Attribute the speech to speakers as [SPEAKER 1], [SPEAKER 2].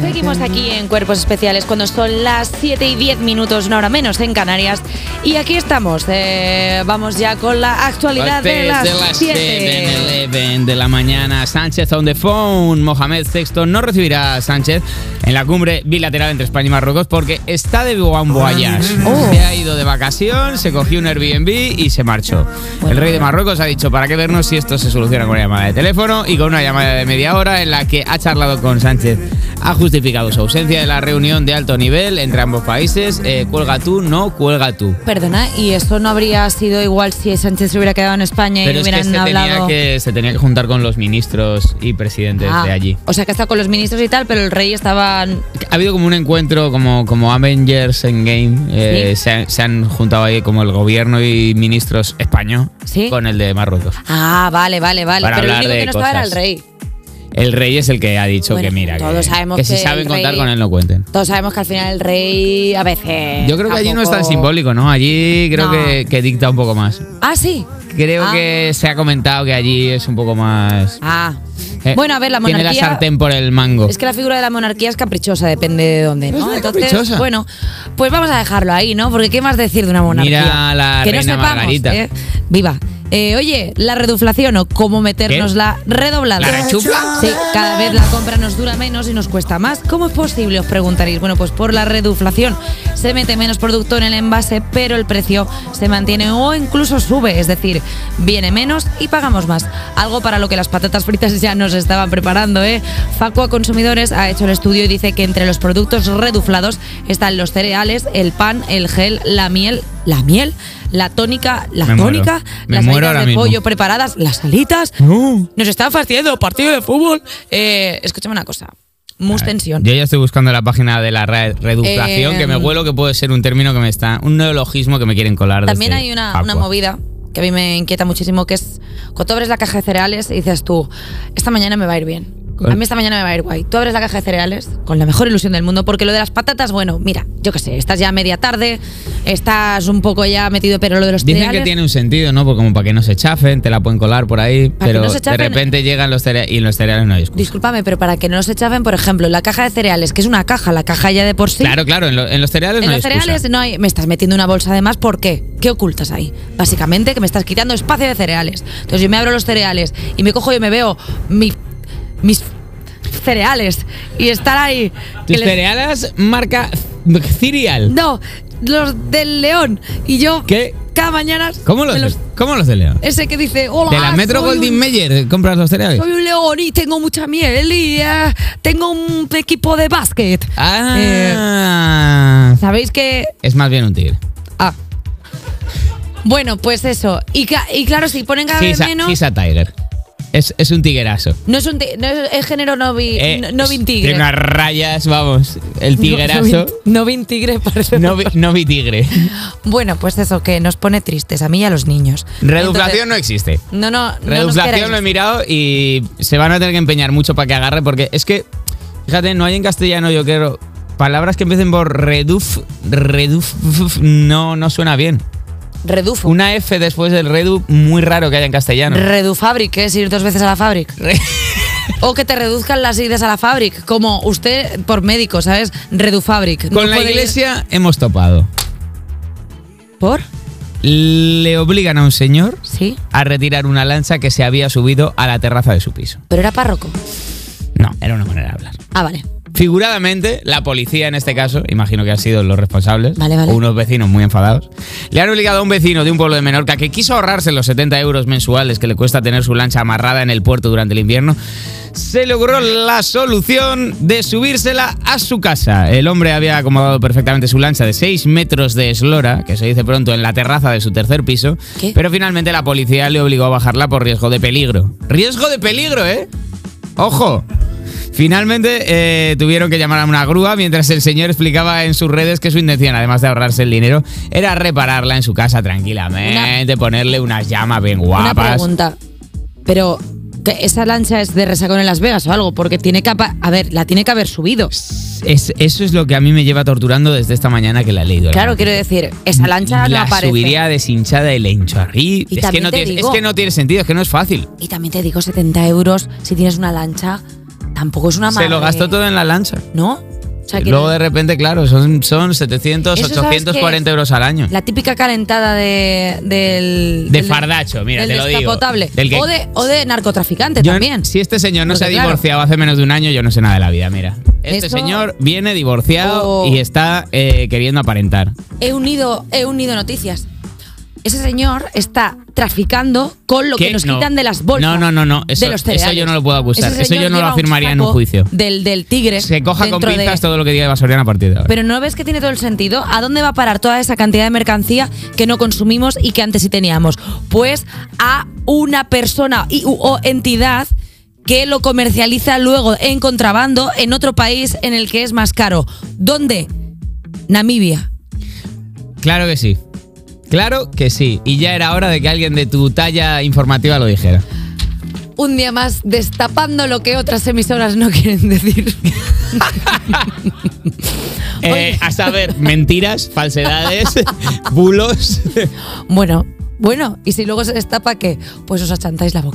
[SPEAKER 1] Seguimos aquí en Cuerpos Especiales cuando son las 7 y 10 minutos, una hora menos en Canarias. Y aquí estamos, eh, vamos ya con la actualidad de
[SPEAKER 2] Antes de
[SPEAKER 1] las
[SPEAKER 2] las
[SPEAKER 1] 7.
[SPEAKER 2] 7 de la mañana, Sánchez on the phone. Mohamed VI no recibirá a Sánchez en la cumbre bilateral entre España y Marruecos porque está de Boan Voyage.
[SPEAKER 1] Oh.
[SPEAKER 2] Se ha ido de vacación, se cogió un Airbnb y se marchó. El rey de Marruecos ha dicho: ¿para qué vernos si esto se soluciona con una llamada de teléfono y con una llamada de media hora en la que ha charlado con Sánchez? Ha justificado su ausencia de la reunión de alto nivel entre ambos países. Eh, cuelga tú, no cuelga tú.
[SPEAKER 1] Perdona, ¿y eso no habría sido igual si Sánchez se hubiera quedado en España y
[SPEAKER 2] Pero es que
[SPEAKER 1] Eh, hubieran
[SPEAKER 2] se, tenía
[SPEAKER 1] hablado?
[SPEAKER 2] que se tenía que juntar con los ministros y presidentes
[SPEAKER 1] Ah,
[SPEAKER 2] de allí.
[SPEAKER 1] O sea, que está con los ministros y tal, pero el rey estaba...
[SPEAKER 2] Ha habido como un encuentro como, como Avengers Endgame. eh, se, han, se han juntado ahí como el gobierno y ministros español
[SPEAKER 1] ¿Sí?
[SPEAKER 2] con el de Marruecos.
[SPEAKER 1] Ah, vale, vale, vale.
[SPEAKER 2] Para
[SPEAKER 1] pero el
[SPEAKER 2] hablar
[SPEAKER 1] único que
[SPEAKER 2] de
[SPEAKER 1] no estaba era el
[SPEAKER 2] cosas.
[SPEAKER 1] rey.
[SPEAKER 2] El rey es el que ha dicho
[SPEAKER 1] Bueno,
[SPEAKER 2] que mira,
[SPEAKER 1] todos
[SPEAKER 2] que,
[SPEAKER 1] sabemos
[SPEAKER 2] que si
[SPEAKER 1] que
[SPEAKER 2] saben
[SPEAKER 1] el
[SPEAKER 2] contar
[SPEAKER 1] rey-
[SPEAKER 2] con él no cuenten.
[SPEAKER 1] Todos sabemos que al final el rey a veces...
[SPEAKER 2] Yo creo que allí no es tan
[SPEAKER 1] eh, tampoco-
[SPEAKER 2] simbólico, ¿no? Allí creo
[SPEAKER 1] No.
[SPEAKER 2] que, que dicta un poco más.
[SPEAKER 1] Ah, sí.
[SPEAKER 2] Creo
[SPEAKER 1] Ah.
[SPEAKER 2] que se ha comentado que allí es un poco más...
[SPEAKER 1] Ah.
[SPEAKER 2] eh,
[SPEAKER 1] bueno, a ver, la monarquía...
[SPEAKER 2] Tiene la sartén por el mango.
[SPEAKER 1] Es que la figura de la monarquía es caprichosa, depende de dónde, ¿no?
[SPEAKER 2] Es muy
[SPEAKER 1] Entonces,
[SPEAKER 2] caprichosa.
[SPEAKER 1] bueno, pues vamos a dejarlo ahí, ¿no? Porque ¿qué más decir de una monarquía?
[SPEAKER 2] Mira a la
[SPEAKER 1] que
[SPEAKER 2] reina
[SPEAKER 1] no sepamos,
[SPEAKER 2] Margarita.
[SPEAKER 1] ¿eh? Viva. Eh, oye, la reduflación o cómo meternos la redoblada.
[SPEAKER 2] ¿La rechupla?
[SPEAKER 1] Sí, cada vez la compra nos dura menos y nos cuesta más. ¿Cómo es posible? Os preguntaréis. Bueno, pues por la reduflación. Se mete menos producto en el envase, pero el precio se mantiene o incluso sube. Es decir, viene menos y pagamos más. Algo para lo que las patatas fritas ya nos estaban preparando, ¿eh? Facua Consumidores ha hecho el estudio y dice que entre los productos reduflados están los cereales, el pan, el gel, la miel, la miel, la tónica, la
[SPEAKER 2] Me muero.
[SPEAKER 1] tónica,
[SPEAKER 2] Me
[SPEAKER 1] las
[SPEAKER 2] muero
[SPEAKER 1] alitas
[SPEAKER 2] ahora
[SPEAKER 1] de
[SPEAKER 2] mismo.
[SPEAKER 1] pollo preparadas, las alitas.
[SPEAKER 2] No.
[SPEAKER 1] Nos están fastidiando partido de fútbol. Eh, escúchame una cosa. Mus tensión.
[SPEAKER 2] Yo ya estoy buscando la página de la re- reduflación,
[SPEAKER 1] Eh,
[SPEAKER 2] que me huelo que puede ser un término que me está. un neologismo que me quieren colar.
[SPEAKER 1] También
[SPEAKER 2] desde
[SPEAKER 1] hay una,
[SPEAKER 2] Facua.
[SPEAKER 1] una movida que a mí me inquieta muchísimo, que es cuando tú abres la caja de cereales y dices tú, esta mañana me va a ir bien.
[SPEAKER 2] ¿Cuál?
[SPEAKER 1] A mí esta mañana me va a ir guay. Tú abres la caja de cereales con la mejor ilusión del mundo, porque lo de las patatas, bueno, mira, yo qué sé, estás ya a media tarde, estás un poco ya metido, pero lo de los
[SPEAKER 2] Dicen
[SPEAKER 1] cereales...
[SPEAKER 2] que tiene un sentido, ¿no? Por- Como para que no se chafen, te la pueden colar por ahí,
[SPEAKER 1] Para que
[SPEAKER 2] pero
[SPEAKER 1] no se
[SPEAKER 2] de
[SPEAKER 1] chafen.
[SPEAKER 2] repente llegan los cereales y los cereales no hay excusa.
[SPEAKER 1] Discúlpame, pero para que no se echafen, por ejemplo, la caja de cereales, que es una caja, la caja ya de por sí...
[SPEAKER 2] Claro, claro, en, lo- en los cereales
[SPEAKER 1] En
[SPEAKER 2] Pues no
[SPEAKER 1] los
[SPEAKER 2] hay excusa.
[SPEAKER 1] cereales no hay. Me estás metiendo una bolsa de más, ¿por qué? ¿Qué ocultas ahí? Básicamente que me estás quitando espacio de cereales. Entonces yo me abro los cereales y me cojo y me veo mi- mis cereales y estar ahí. que
[SPEAKER 2] Tus
[SPEAKER 1] les-
[SPEAKER 2] cereales marca cereal.
[SPEAKER 1] No, los del león. Y yo
[SPEAKER 2] ¿Qué?
[SPEAKER 1] cada mañana.
[SPEAKER 2] ¿Cómo los,
[SPEAKER 1] me
[SPEAKER 2] de- ¿Cómo los de León?
[SPEAKER 1] Ese que dice, hola.
[SPEAKER 2] ¿De la Metro
[SPEAKER 1] soy
[SPEAKER 2] Golding
[SPEAKER 1] un-
[SPEAKER 2] Mayer compras los cereales?
[SPEAKER 1] soy un león y tengo mucha miel y eh, tengo un equipo de básquet. Eh,
[SPEAKER 2] Ah.
[SPEAKER 1] ¿Sabéis que
[SPEAKER 2] es más bien un tigre.
[SPEAKER 1] Ah. Bueno, pues eso. Y, ca- y claro, si ponen cada vez
[SPEAKER 2] He's a-
[SPEAKER 1] menos.
[SPEAKER 2] he's a tiger. Es, es un tiguerazo.
[SPEAKER 1] No es un ti- no es, es género no vi,
[SPEAKER 2] Eh,
[SPEAKER 1] no, no vi tigre.
[SPEAKER 2] Tiene unas rayas, vamos. El tiguerazo.
[SPEAKER 1] No, vi tigre, parece.
[SPEAKER 2] No, vi, no vi tigre.
[SPEAKER 1] Bueno, pues eso, que nos pone tristes a mí y a los niños.
[SPEAKER 2] Reduflación no existe.
[SPEAKER 1] Entonces, no. No, no. nos queráis.
[SPEAKER 2] Reduflación lo he mirado y se van a tener que empeñar mucho para que agarre porque es que, fíjate, no hay en castellano, yo creo, palabras que empiecen por reduf, reduf, no, no suena bien.
[SPEAKER 1] Redufo.
[SPEAKER 2] Una F después del redu, muy raro que haya en castellano.
[SPEAKER 1] Redufabric, que es ir dos veces a la fábrica.
[SPEAKER 2] Re-
[SPEAKER 1] O que te reduzcan las idas a la fábrica, como usted por médico, ¿sabes? Redufabric.
[SPEAKER 2] Con
[SPEAKER 1] No
[SPEAKER 2] la
[SPEAKER 1] puede ir-
[SPEAKER 2] iglesia hemos topado.
[SPEAKER 1] ¿Por?
[SPEAKER 2] Le obligan a un señor
[SPEAKER 1] Sí.
[SPEAKER 2] a retirar una lanza que se había subido a la terraza de su piso.
[SPEAKER 1] Pero era párroco.
[SPEAKER 2] No, era una manera de hablar.
[SPEAKER 1] Ah, vale.
[SPEAKER 2] Figuradamente, la policía en este caso, imagino que han sido los responsables,
[SPEAKER 1] Vale, vale.
[SPEAKER 2] o unos vecinos muy enfadados, le han obligado a un vecino de un pueblo de Menorca que quiso ahorrarse los 70 euros mensuales que le cuesta tener su lancha amarrada en el puerto durante el invierno. Se logró la solución de subírsela a su casa. El hombre había acomodado perfectamente su lancha de 6 metros de eslora, que se dice pronto en la terraza de su tercer piso,
[SPEAKER 1] ¿Qué?
[SPEAKER 2] pero finalmente la policía le obligó a bajarla por riesgo de peligro. Riesgo de peligro, ¿eh? ¡Ojo! Finalmente eh, tuvieron que llamar a una grúa mientras el señor explicaba en sus redes que su intención, además de ahorrarse el dinero, era repararla en su casa tranquilamente, ponerle unas llamas bien
[SPEAKER 1] Una
[SPEAKER 2] guapas.
[SPEAKER 1] pregunta. Pero ¿te- esa lancha es de resacón en Las Vegas o algo, porque tiene que apa- a ver, la tiene que haber subido.
[SPEAKER 2] Es- eso es lo que a mí me lleva torturando desde esta mañana que la he leído.
[SPEAKER 1] Claro, quiero decir, esa lancha no
[SPEAKER 2] la
[SPEAKER 1] aparece.
[SPEAKER 2] subiría deshinchada y la hincharrí.
[SPEAKER 1] Y
[SPEAKER 2] Es que,
[SPEAKER 1] también
[SPEAKER 2] no
[SPEAKER 1] te
[SPEAKER 2] tiene, es
[SPEAKER 1] digo-
[SPEAKER 2] que no tiene sentido, es que no es fácil.
[SPEAKER 1] Y también te digo, 70 euros si tienes una lancha, tampoco es una
[SPEAKER 2] Se lo
[SPEAKER 1] madre,
[SPEAKER 2] gastó todo en la lancha.
[SPEAKER 1] ¿No? O sea,
[SPEAKER 2] Y
[SPEAKER 1] que
[SPEAKER 2] luego
[SPEAKER 1] no-
[SPEAKER 2] de repente, claro, son, son 700,
[SPEAKER 1] Eso, ¿sabes
[SPEAKER 2] 840
[SPEAKER 1] qué?
[SPEAKER 2] euros al año.
[SPEAKER 1] La típica calentada de, del...
[SPEAKER 2] De
[SPEAKER 1] del-
[SPEAKER 2] fardacho, mira,
[SPEAKER 1] del
[SPEAKER 2] te lo digo.
[SPEAKER 1] descapotable.
[SPEAKER 2] Del que-
[SPEAKER 1] o, de, o de narcotraficante
[SPEAKER 2] Yo-
[SPEAKER 1] también.
[SPEAKER 2] Si este señor no
[SPEAKER 1] Porque,
[SPEAKER 2] se ha
[SPEAKER 1] claro.
[SPEAKER 2] divorciado hace menos de un año, yo no sé nada de la vida, mira. Este
[SPEAKER 1] Eso-
[SPEAKER 2] señor viene divorciado
[SPEAKER 1] Oh.
[SPEAKER 2] y está eh, queriendo aparentar.
[SPEAKER 1] He unido, he unido noticias. Ese señor está traficando con lo
[SPEAKER 2] ¿Qué?
[SPEAKER 1] que nos
[SPEAKER 2] No.
[SPEAKER 1] quitan de las bolsas.
[SPEAKER 2] No, no, no, no. Eso-
[SPEAKER 1] de los
[SPEAKER 2] eso
[SPEAKER 1] cereales.
[SPEAKER 2] yo no lo puedo acusar.
[SPEAKER 1] Ese
[SPEAKER 2] Eso
[SPEAKER 1] señor
[SPEAKER 2] yo no lo
[SPEAKER 1] lleva
[SPEAKER 2] afirmaría en un
[SPEAKER 1] saco
[SPEAKER 2] juicio.
[SPEAKER 1] Del, del tigre.
[SPEAKER 2] Se coja con
[SPEAKER 1] Eh, dentro de-
[SPEAKER 2] pinzas todo lo que diga de Vasoriana a partir de ahora.
[SPEAKER 1] Pero no ves que tiene todo el sentido. ¿A dónde va a parar toda esa cantidad de mercancía que no consumimos y que antes sí teníamos? Pues a una persona y, u- o entidad que lo comercializa luego en contrabando en otro país en el que es más caro. ¿Dónde? Namibia.
[SPEAKER 2] Claro que sí. Claro que sí. Y ya era hora de que alguien de tu talla informativa lo dijera.
[SPEAKER 1] Un día más destapando lo que otras emisoras no quieren decir.
[SPEAKER 2] Eh,
[SPEAKER 1] Oye.
[SPEAKER 2] a saber, mentiras, falsedades, bulos.
[SPEAKER 1] Bueno, bueno, y si luego se destapa, ¿qué? Pues os achantáis la boca.